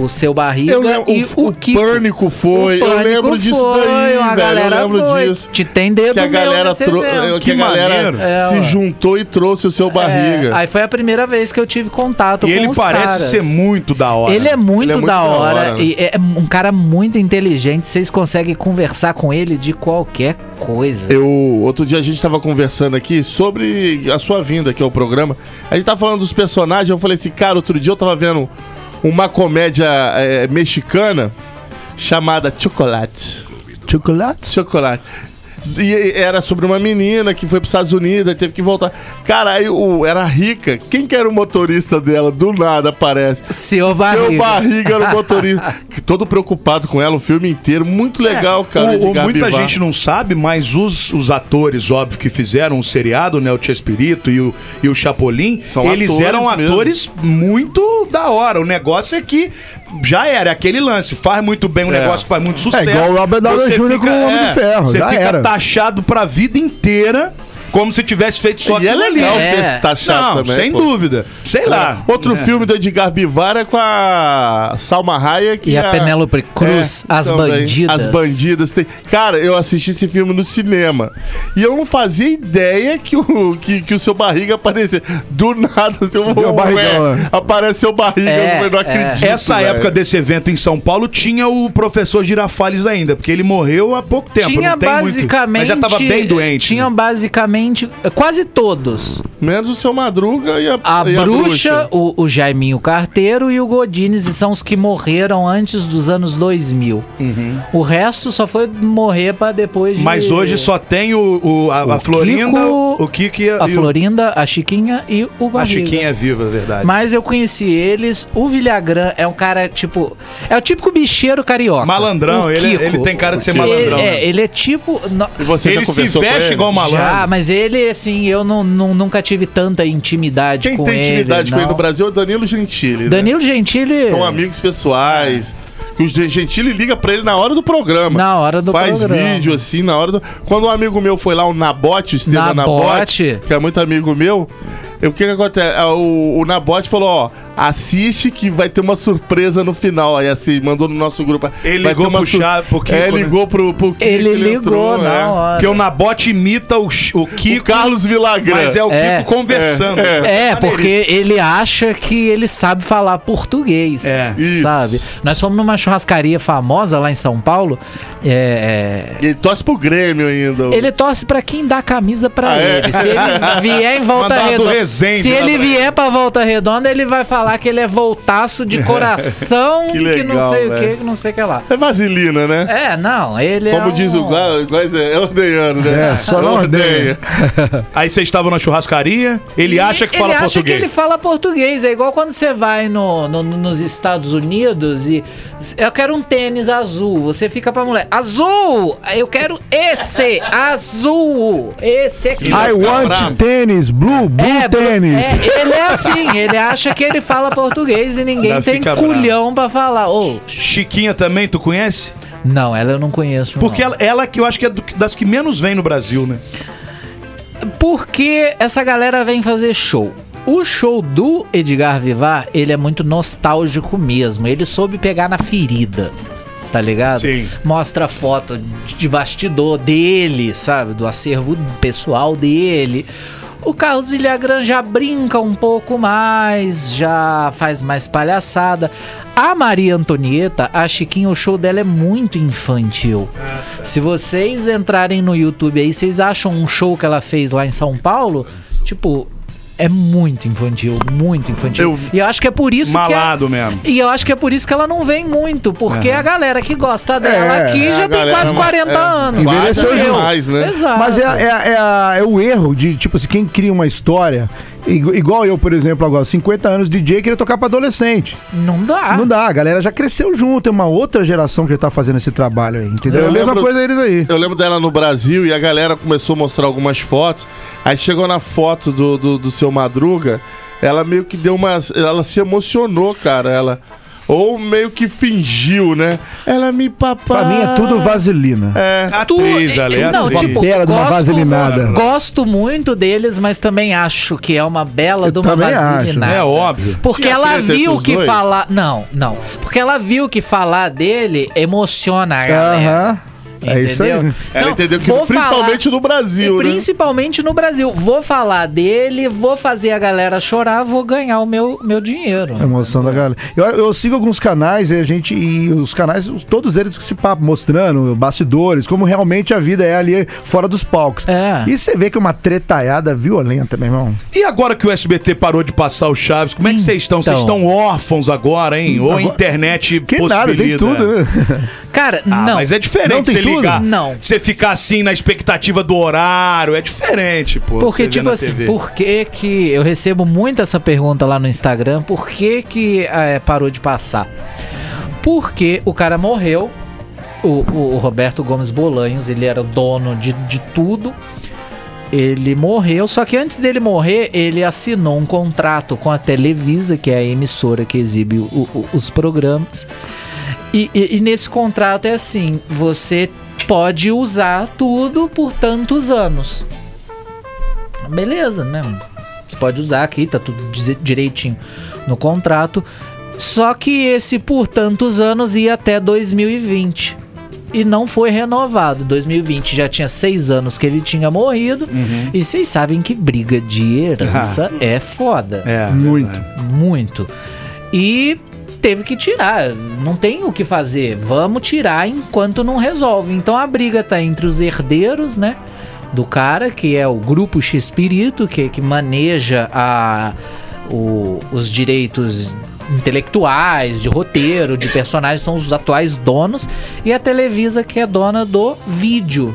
E: o- o seu barriga
F: Eu lembro,
E: e
F: o,
E: o, Kiko.
F: pânico foi,
E: O
F: eu
E: Pânico
F: lembro disso
E: foi,
F: daí,
E: a
F: velho. Eu
E: galera
F: lembro
E: foi.
F: disso.
E: Te tem dedo
F: Que a
E: meu
F: galera,
E: nesse
F: tro-
E: evento.
F: que a galera
E: maneiro. É,
F: se
E: ó.
F: juntou e trouxe o seu barriga.
E: É, aí foi a primeira vez que eu tive contato
C: E
E: com
C: ele
E: os
C: parece
E: caras.
C: ser muito da hora.
E: Ele é muito,
F: Ele é muito
E: da
F: da
E: hora,
F: hora, né?
E: e é um cara muito inteligente, vocês conseguem conversar com ele de qualquer coisa.
F: Eu, outro dia a gente tava conversando aqui sobre a sua vinda aqui ao programa. A gente tava falando dos personagens, eu falei assim, cara, outro dia eu tava vendo uma comédia eh, mexicana chamada Chocolate.
B: Chocolate?
F: Chocolate. E era sobre uma menina que foi pros Estados Unidos, aí teve que voltar. Cara, aí o, era rica. Quem que era o motorista dela? Do nada aparece.
E: Seu barriga.
F: Seu barriga era o motorista. Que Todo preocupado com ela o filme inteiro. Muito legal, cara.
C: É, O- o-
F: Edgar
C: muita
F: Vivar.
C: gente não sabe, mas os, os atores, óbvio, que fizeram o seriado, né? O Chespirito e o, e o Chapolin,
F: São
C: eles
F: atores
C: eram
F: mesmo.
C: atores muito da hora. O negócio é que já era, é aquele lance. Faz muito bem um
F: É.
C: negócio que faz muito sucesso.
B: igual o Robert Downey
C: Você
B: Jr.
C: fica- é,
B: com o Homem de Ferro,
C: Você
B: já
C: fica
B: era.
C: taxado pra vida inteira, como se tivesse feito só
F: E é
C: aquilo ali.
F: legal
E: É.
F: você estar chato
C: Não,
F: também.
C: sem
F: pô. É.
C: dúvida. Sei lá.
F: Outro filme do Edgar Bivar é com a Salma Hayek É,
E: E a Penélope Cruz, As Bandidas.
F: As Bandidas. Tem... Cara, eu assisti esse filme no cinema. E eu não fazia ideia que o, que, que o seu barriga aparecia. Do nada, seu
B: Meu barrigão, né?
F: aparece seu barriga.
E: É,
F: eu não
E: é.
F: acredito.
C: Essa
F: velho.
C: época desse evento em São Paulo tinha o professor Girafales ainda, porque ele morreu há pouco tempo.
E: tinha
C: não tem muito-
E: basicamente.
C: mas já tava bem doente.
E: Tinha um
F: né?
E: basicamente. Quase todos.
F: Menos o seu Madruga e a,
E: A
F: e
E: bruxa, O, o Jaiminho Carteiro e o Godines, e são os que morreram antes dos anos 2000. O resto só foi morrer pra depois de...
C: Uhum. Mas hoje só tem o, o- a, a Florinda,
E: Kiko-
C: o Kiko e
E: A
C: e o-
E: Florinda, a Chiquinha e o
C: a
E: Barriga.
C: Chiquinha é viva, é verdade.
E: Mas eu conheci eles. O Vilhagrã é um cara, tipo... É o típico bicheiro carioca.
C: Malandrão,
E: O
C: ele- é-
E: Kiko.
C: ele tem cara de ser
E: Ele-
C: malandrão,
E: É,
C: né?
E: ele é tipo... no-
F: E você
C: ele
F: já
C: se
F: conversou com
C: veste
F: ele?
C: igual um
E: Já,
C: malandro.
E: mas ele, assim, eu não, não- nunca tive tanta intimidade
F: Quem
E: com ele.
F: tem intimidade com ele no
E: não.
F: Brasil é o Danilo Gentili. né?
E: Danilo Gentili...
F: São amigos pessoais. Que o Gentili liga pra ele na hora do programa.
E: Na hora do
F: Faz
E: programa.
F: vídeo assim, na hora do. Quando um amigo meu foi lá, o Nabote, o Estevam
E: Nabote.
F: É, Nabote, que é muito amigo meu, eu- o que, que acontece? Ah, O, o Nabote falou: ó, assiste que vai ter uma surpresa no final. Aí assim, mandou no nosso grupo.
C: Ele
F: vai
C: ligou
F: ter uma
C: pro
F: sur-
C: Chá- pro Kiko,
F: É,
C: né?
F: ligou pro, pro Kiko.
E: Ele ligou na
F: é.
E: hora.
C: Porque o Nabote imita o, Ch- o
F: Que
C: Kiko,
F: Carlos Vilagrã.
C: mas é o
E: É.
C: Kiko conversando.
E: É, porque ele acha que ele sabe falar português.
C: É,
F: isso.
E: Sabe? Nós fomos numa churrascaria famosa lá em São Paulo. é,
F: Ele torce pro Grêmio ainda.
E: é, ele torce pra quem dá camisa pra
F: Ah, é?
E: ele. Se ele vier em volta
C: Mandado
E: redonda.
C: Resende,
E: se
C: lá
E: ele
C: pra-
E: vier pra volta redonda, ele vai falar que ele é voltaço de coração, que,
F: Que legal, né?
E: não sei o
F: velho.
E: que, que não sei o que lá.
F: É vaselina, né?
E: É, não, ele é.
F: Como diz o
E: um-
F: Gla- Góis, é, é ordeiano, né?
B: É, só não ordenha.
C: Aí vocês estavam na churrascaria, ele acha que fala
E: ele acha que
C: português.
E: ele fala português. É igual quando você vai no, no- nos Estados Unidos e. Eu quero um tênis azul. Você fica pra mulher. Azul! Eu quero esse! Azul! Esse aqui.
B: I
C: bravo.
B: want tênis, blue, blue tênis.
E: é, ele é assim, ele acha que ele fala português e ninguém
C: Ainda
E: tem
C: fica bravo.
E: culhão pra falar. Ô,
C: Chiquinha também, tu conhece?
E: não, ela eu não conheço.
C: Porque
E: não.
C: ela, ela que eu acho que é do- das que menos vem no Brasil, né?
E: Porque essa galera vem fazer show. O show do Edgar Vivar, ele é muito nostálgico mesmo. Ele soube pegar na ferida. Tá ligado?
C: Sim.
E: Mostra foto de bastidor dele, sabe? Do acervo pessoal dele. O Carlos Villagrán já brinca um pouco mais, já faz mais palhaçada. A Maria Antonieta, a Chiquinha, o show dela é muito infantil.
C: Ah, tá.
E: Se vocês entrarem no YouTube aí, vocês acham um show que ela fez lá em São Paulo? Tipo, é muito infantil, muito infantil.
F: Eu-
E: E eu acho que é por isso
C: Malado
E: que. a-
C: mesmo.
E: E eu acho que é por isso que ela não vem muito, porque a galera que gosta dela
B: É,
E: aqui
F: é, a
E: já tem
F: galera é
E: quase
F: uma-
E: 40
F: é,
E: anos.
B: envelheceu
E: Entendeu?
F: demais, né?
E: Exato.
B: Mas é, é- é a- é o erro de, tipo assim, quem cria uma história. igu- Igual eu, por exemplo, agora, 50 anos de DJ, queria tocar pra adolescente.
E: Não dá.
B: Não dá, a galera já cresceu junto, é uma outra geração que já tá fazendo esse trabalho aí, entendeu?
F: Eu
B: é a mesma
F: lembro-
B: coisa eles aí.
F: Eu lembro dela no Brasil e a galera começou a mostrar algumas fotos. Aí chegou na foto do, do, do seu Madruga, ela meio que deu uma. Ela se emocionou, cara. Ela. Ou meio que fingiu, né? Ela me papá.
B: Pra mim é tudo vaselina.
F: É.
E: Tu-
C: Atriz,
E: é-
C: Ale, é
E: não,
C: atriz.
E: tipo,
B: Pera de uma
E: gosto-
B: vaselinada.
E: Gosto muito deles, mas também acho que é uma bela de uma
B: também acho.
E: vaselinada.
C: É óbvio.
E: Porque
F: Tinha
E: ela
F: treta entre
E: viu
F: os
E: que
F: dois?
E: falar. Não, não. Porque ela viu que falar dele emociona a galera.
B: Aham. É isso aí.
E: Entendeu?
F: Ela
E: Então,
F: entendeu que
E: vou
F: principalmente no Brasil,
E: E
F: né?
E: Principalmente no Brasil. Vou falar dele, vou fazer a galera chorar, vou ganhar o meu, meu dinheiro.
B: A emoção da galera. Eu, eu sigo alguns canais e a gente. E os canais, os- todos eles com esse papo, mostrando bastidores, como realmente a vida é ali fora dos palcos.
E: É.
B: E você vê que é uma tretaiada violenta, meu irmão.
C: E agora que o SBT parou de passar o Chaves, como é que vocês estão? Vocês
E: Então.
C: estão órfãos agora, hein? Ou a
B: Agora-
C: internet
B: Que nada, tem tudo, né?
E: Cara,
C: Ah,
E: não.
C: mas é
B: Não
C: diferente
B: tem
C: você
B: tudo?
C: ligar.
E: Não.
C: Você ficar assim na expectativa do horário, é diferente, pô. você
E: Porque,
C: vê
E: tipo
C: na
E: assim,
C: TV.
E: por que que... Eu recebo muito essa pergunta lá no Instagram. Por que que eh, parou de passar? Porque o cara morreu. O, o- o Roberto Gomes Bolanhos, ele era o dono de, de tudo. Ele morreu, só que antes dele morrer, ele assinou um contrato com a Televisa, que é a emissora que exibe o- o- os programas. E, e- e nesse contrato é assim: você pode usar tudo por tantos anos. Beleza, né? Você pode usar aqui, tá tudo dize- direitinho no contrato. Só que esse por tantos anos ia até 2020. E não foi renovado. 2020 já tinha seis anos que ele tinha morrido. E vocês sabem que briga de herança é foda.
C: É,
B: Muito.
C: verdade.
E: Muito. E teve que tirar. Não tem o que fazer. Vamos tirar enquanto não resolve. Então a briga tá entre os herdeiros, né? Do cara, que é o grupo X-Espírito, que, que maneja a, o- os direitos intelectuais, de roteiro, de personagens, são os atuais donos, e a Televisa, que é dona do vídeo,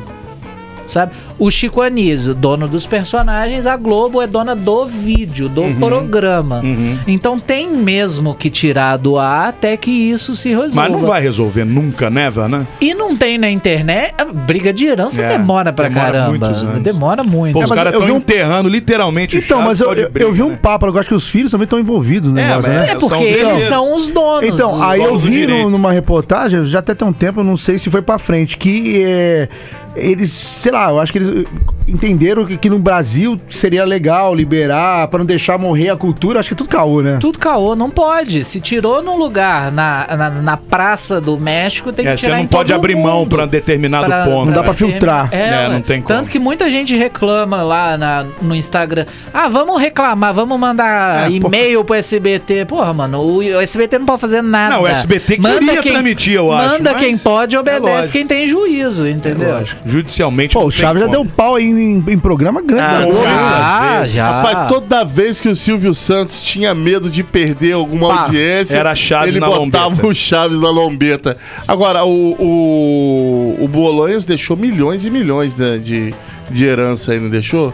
E: sabe? O Chico Anísio, dono dos personagens, a Globo é dona do vídeo, do
C: Uhum.
E: programa. Então tem mesmo que tirar do ar até que isso se resolva.
C: Mas não vai resolver nunca, neva, né?
E: E não tem na internet, a briga de herança
C: É,
E: demora pra
C: demora muitos
E: caramba.
C: anos.
E: Demora muito.
C: Pô, os
B: mas
C: caras
B: eu
C: estão
B: vi um-
C: enterrando literalmente o
B: Então,
C: Chaves
B: mas eu,
C: só é. de
B: eu,
C: briga,
B: eu vi um
C: né?
B: papo, agora, eu acho que os filhos também estão envolvidos no
C: É,
B: negócio,
C: mas
B: né?
E: é porque
C: são os
E: eles
C: herdeiros.
E: são os donos.
B: Então,
E: os
B: aí eu
C: donos do
B: vi no-
C: direito.
B: numa reportagem, já até tem um tempo, eu não sei se foi pra frente, que é, eh, eles, sei lá, eu acho que eles eh, entenderam que, que no Brasil seria legal liberar, pra não deixar morrer a cultura. Acho que é tudo caô, né?
E: Tudo caô, não pode. Se tirou num lugar na, na, na praça do México, tem que
C: É, você
E: tirar
C: não
E: em
C: pode
E: todo
C: abrir mão
E: mundo.
C: pra um determinado
E: Pra-
C: ponto.
B: Não dá
C: né?
B: pra filtrar.
E: É,
C: Né,
E: ué.
C: não tem como.
E: Tanto que muita gente reclama lá na- no Instagram. Ah, vamos reclamar, vamos mandar
C: É,
E: e-mail pro SBT. Porra, mano, o, o SBT não pode fazer nada.
C: Não, o SBT queria transmitir, eu acho,
E: Manda
C: mas
E: quem pode,
C: é
E: obedece
C: lógico. É
E: quem tem juízo, entendeu?
C: Judicialmente.
B: Pô,
C: não
B: o
C: tem
B: Chaves já deu um
C: como.
B: pau aí em, em programa grande.
C: Ah,
B: da
C: já.
B: Globo, né?
E: Ah, já.
F: Rapaz, toda vez que o Silvio Santos tinha medo de perder alguma
B: Pá,
F: audiência,
C: era Chaves
F: ele
C: na
F: botava
C: lombeta.
F: o Chaves na lombeta. Agora, o, o, o Bolanhos deixou milhões e milhões né, de, de herança aí, não deixou?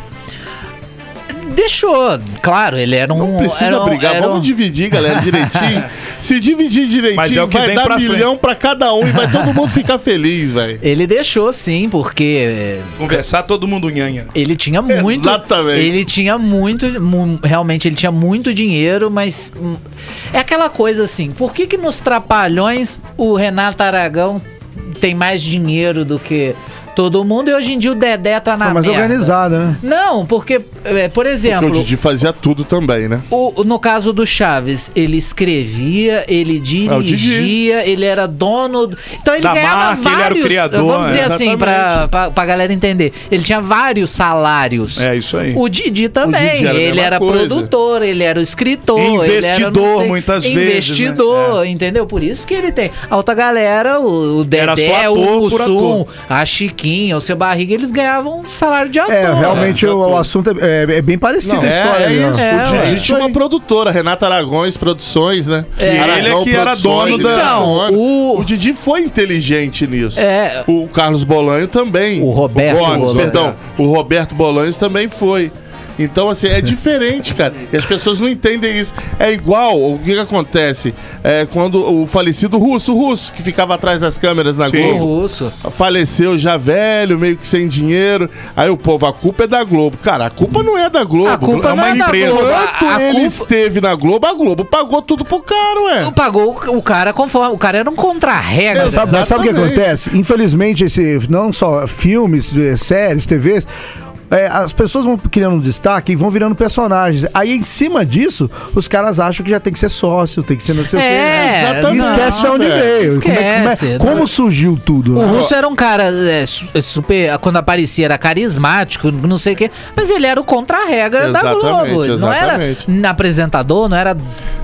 E: Deixou, claro, ele era um.
F: Não precisa
E: era um-
F: brigar,
E: era um-
F: vamos dividir, galera, direitinho. Se dividir
C: Mas é
F: direitinho,
C: o que
F: vai
C: vem
F: dar
C: pra
F: milhão pra cada um e vai todo mundo ficar feliz, velho.
E: Ele deixou sim, porque
C: Conversar todo mundo nhanha.
E: Ele tinha muito.
F: Exatamente.
E: Ele tinha muito. mu- Realmente, ele tinha muito dinheiro, mas. hum, É aquela coisa assim: por que, que nos Trapalhões o Renato Aragão tem mais dinheiro do que todo mundo e hoje em dia o Dedé tá na.
B: Não, mas
E: merda?
B: organizado, né?
E: Não, porque, é, por
F: Porque
E: exemplo.
F: o Didi fazia tudo também, né?
E: O- no caso do Chaves, ele escrevia, ele
F: o Didi.
E: dirigia, ele era dono. do- Então ele
C: Da
E: ganhava
C: marca, ele era o
E: vários.
C: criador,
E: vamos dizer
C: é.
E: assim, pra, pra, pra galera entender. Ele tinha vários salários.
C: É isso aí.
E: O Didi também.
F: O Didi era a
E: ele
F: mesma
E: era
F: coisa.
E: produtor, ele era o escritor, ele era não
C: Investidor,
E: sei,
C: muitas vezes, né?
E: Investidor, entendeu? Por isso que ele tem alta galera, o, o
C: Era
E: Dedé,
C: só ator
E: o
C: por
E: Mussum,
C: ator.
E: a Chiquinha, o seu Barriga, eles ganhavam um salário de ator.
B: É, realmente
F: é,
B: o, o assunto é, é- é bem parecido a
F: é,
B: história.
F: é
B: ali, né? ó.
F: isso.
E: É,
F: o Didi
E: ué.
F: tinha
E: Isso
F: uma
E: aí.
F: produtora, Renata Aragões Produções, né?
E: É.
C: Ele é que era dono
F: ele
C: da-
F: era
E: Então,
F: dono.
E: o-
F: o... Didi foi inteligente nisso.
E: É.
F: O Carlos Bolanho também.
E: O Roberto
F: Gomes,
E: Bolanho.
F: Perdão, o Roberto Bolanhos também foi. Então, assim, é diferente, cara. E as pessoas não entendem isso. É igual o que, que acontece é, quando o falecido russo, o russo, que ficava atrás das câmeras na
C: Sim.
E: O
F: Globo,
E: russo.
F: faleceu já velho, meio que sem dinheiro. Aí o povo, a culpa é da Globo. Cara, a culpa não é da Globo.
E: A culpa
F: é
E: não é da Globo.
F: Enquanto
E: A- a
F: ele
E: culpa-
F: esteve na Globo, a Globo pagou tudo pro cara, ué.
E: Pagou o cara conforme. O cara era um contra-regra.
B: Mas Sabe, mas Tá sabe o que
F: Exatamente.
B: acontece? Infelizmente, esse, não só filmes, eh, séries, TVs. eh, as pessoas vão criando um destaque e vão virando personagens. Aí, em cima disso, os caras acham que já tem que ser sócio, tem que ser não sei o quê.
E: É,
B: né? E
E: não,
B: esquece de onde
F: velho.
B: veio. Como, é- como é-
E: Esquece.
B: como surgiu tudo,
E: O
B: né?
E: Russo era um cara é, su- super. Quando aparecia, era carismático, não sei o quê. Mas ele era o contra-regra da
F: Exatamente,
E: Globo. Não era
F: exatamente.
E: apresentador, não era.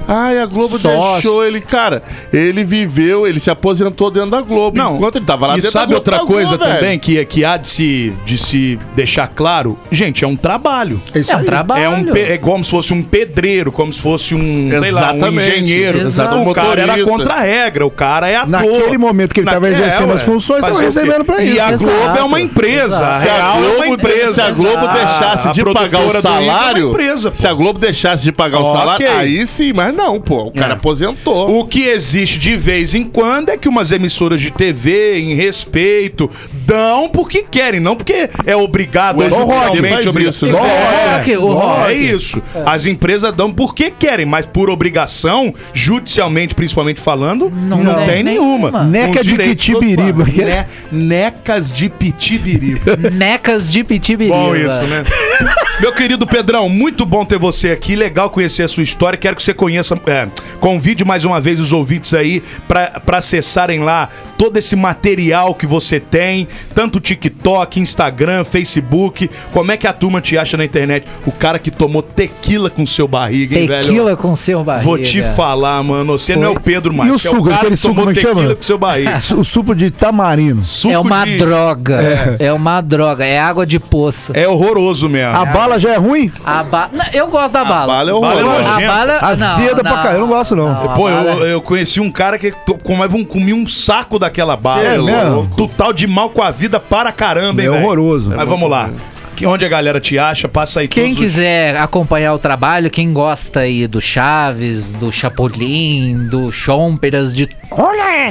F: Ai, a Globo
E: Sócio.
F: deixou ele, cara. Ele viveu, ele se aposentou dentro da Globo.
C: Não.
F: Enquanto ele tava lá
C: e
F: dentro
C: sabe
F: da Globo,
C: outra
F: pagou,
C: coisa
F: velho.
C: também que, é, que há de se, de se deixar claro? Gente, é um trabalho.
E: É um trabalho.
C: É, um, pe- é como se fosse um pedreiro, como se fosse um, sei lá, um
F: Exatamente.
C: engenheiro.
E: Exato.
C: O cara era
F: Motorista.
C: contra a regra, o cara é ator.
B: Naquele momento que ele tava
C: Naque-
B: exercendo
C: é,
B: as
C: ué. Fazer
B: funções, tava
C: o quê?
B: recebendo pra
C: E
B: isso.
C: a
E: Exato.
C: Globo é uma empresa. A
F: Se a,
C: Real é uma
F: Globo,
C: empresa.
F: se a Globo
E: Exato.
F: deixasse
C: A
F: de pagar
C: produtora
F: o
C: do Igor é
F: salário.
C: uma empresa, pô.
F: se a Globo deixasse de pagar
C: Ok.
F: o salário, aí sim, mas não, pô. O cara
C: É.
F: aposentou.
C: O que existe de vez em quando é que umas emissoras de TV, em respeito, dão porque querem, não porque é obrigado
F: O Rock
C: oficialmente
F: faz
C: obrigado.
F: isso,
C: É,
F: né?
E: O Rock, o
C: É
E: Rock.
C: isso. As empresas dão porque querem, mas por obrigação, judicialmente, principalmente falando, não,
E: tem
C: tem nenhuma.
E: nenhuma.
B: Neca
C: Com
B: de
C: direitos
B: Pitibiriba.
C: todos, né? Necas de pitibiriba.
E: Necas de pitibiriba.
C: é- Bom isso, né? Meu querido Pedrão, muito bom ter você aqui. Legal conhecer a sua história. Quero que você conheça. é, convide mais uma vez os ouvintes aí para acessarem lá todo esse material que você tem, tanto TikTok, Instagram, Facebook. Como é que a turma te acha na internet? O cara que tomou tequila com seu barriga, hein,
E: Tequila
C: velho?
E: com seu barriga.
C: Vou te falar, mano. Você não é o Pedro mais.
B: E o
C: você
B: suco,
C: é o cara
B: aquele
C: que
B: suco,
C: tomou
B: como é que
C: tequila
B: chama?
C: com seu barriga.
B: O supo de tamarinos.
C: Suco
E: É uma
C: de-
E: droga. É. uma droga. É água de poça.
C: É horroroso mesmo.
B: A bala já é ruim?
E: A ba... Não, Eu gosto da bala.
F: bala é
E: o
F: horrorosa.
C: Bala é
E: A bala... não,
B: Azeda pra
E: não.
B: caralho. Eu não gosto, não.
E: Não.
C: Pô,
E: bala- é
C: eu, eu conheci um cara que to- comava um, comia um saco daquela bala.
B: É mesmo?
C: Tu tal de mal com a vida para caramba, hein,
B: É
C: velho?
B: horroroso.
C: Mas
B: É
C: vamos lá. Que, onde a galera te acha, passa aí
E: Quem
C: todos os-
E: quiser acompanhar o trabalho, quem gosta aí do Chaves, do Chapolin, do Chomperas, de,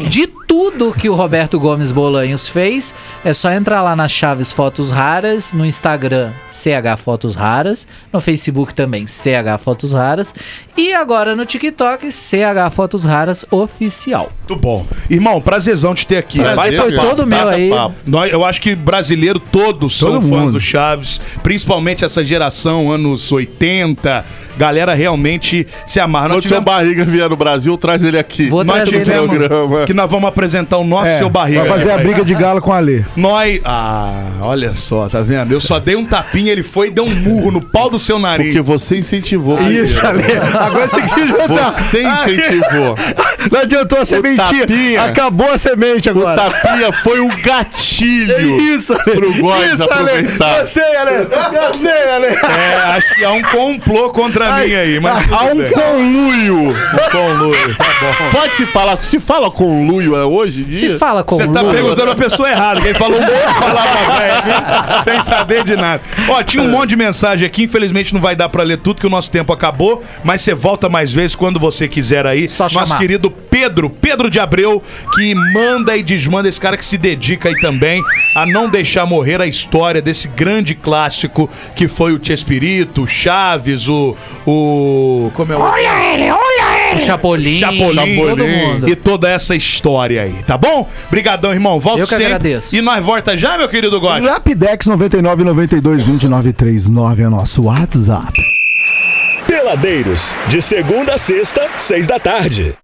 E: de tudo que o Roberto Gomes Bolanhos fez. É só entrar lá nas Chaves Fotos Raras, no Instagram CH Fotos Raras, no Facebook também CH Fotos Raras e agora no TikTok CH Fotos Raras Oficial.
C: Muito bom. Irmão, prazerzão te ter aqui.
F: Prazer,
C: Baita
F: foi
C: papo,
E: todo meu
C: baita
E: aí.
C: papo. Nós, eu acho que brasileiro todos são
B: Todo
C: fãs
B: mundo.
C: do Chaves, principalmente essa geração, anos 80. Galera realmente se amarra. Nós
F: Quando seu
C: tivemos
F: barriga vier no Brasil, traz ele aqui.
E: Vou
F: Nós
E: trazer
F: tivemos
E: ele, amor.
F: programa.
C: que nós vamos apresentar o nosso
B: É,
C: seu barriga.
B: Vai fazer a briga de galo com a Lê.
C: Nós. Ah, olha só, tá vendo? Eu só dei um tapinha, ele foi e deu um murro no pau do seu nariz.
F: Porque você incentivou.
B: Isso, Ale. Agora tem que se juntar.
F: Você incentivou.
B: Não adiantou a sementinha.
F: tapinha.
B: Acabou a semente
F: O
B: agora.
F: tapinha foi o gatilho.
B: Isso, Ale.
F: Pro Góis
B: Isso, Ale.
F: aproveitar.
B: Eu sei, Ale. Eu sei, Ale.
C: É, acho que há um complô contra mim aí, mas.
F: Há
B: Tá
F: um conluio.
C: complô. Tá bom.
F: Pode se falar. Se fala conluio é hoje? em
E: Se
F: dia?
E: fala com
C: Você
E: o
C: tá
E: Lula.
C: perguntando a pessoa errada. Quem falou um monte de palavra velha, sem saber de nada. Ó, tinha um monte de mensagem aqui. Infelizmente não vai dar pra ler tudo, que o nosso tempo acabou. Mas você volta mais vezes quando você quiser aí.
E: Só
C: Nosso
E: chamar.
C: querido Pedro, Pedro de Abreu, que manda e desmanda. Esse cara que se dedica aí também a não deixar morrer a história desse grande clássico que foi o Chespirito, o Chaves, o... o como é o...
E: O Chapolin,
C: Chapolin,
E: todo mundo.
C: e toda essa história aí, tá bom? Obrigadão, irmão. Volto
E: Eu que
C: sempre.
E: agradeço.
C: E nós volta já, meu querido Gotti.
B: Rapidex 99 92 29 39 é nosso WhatsApp.
G: Peladeiros, de segunda a sexta, seis da tarde.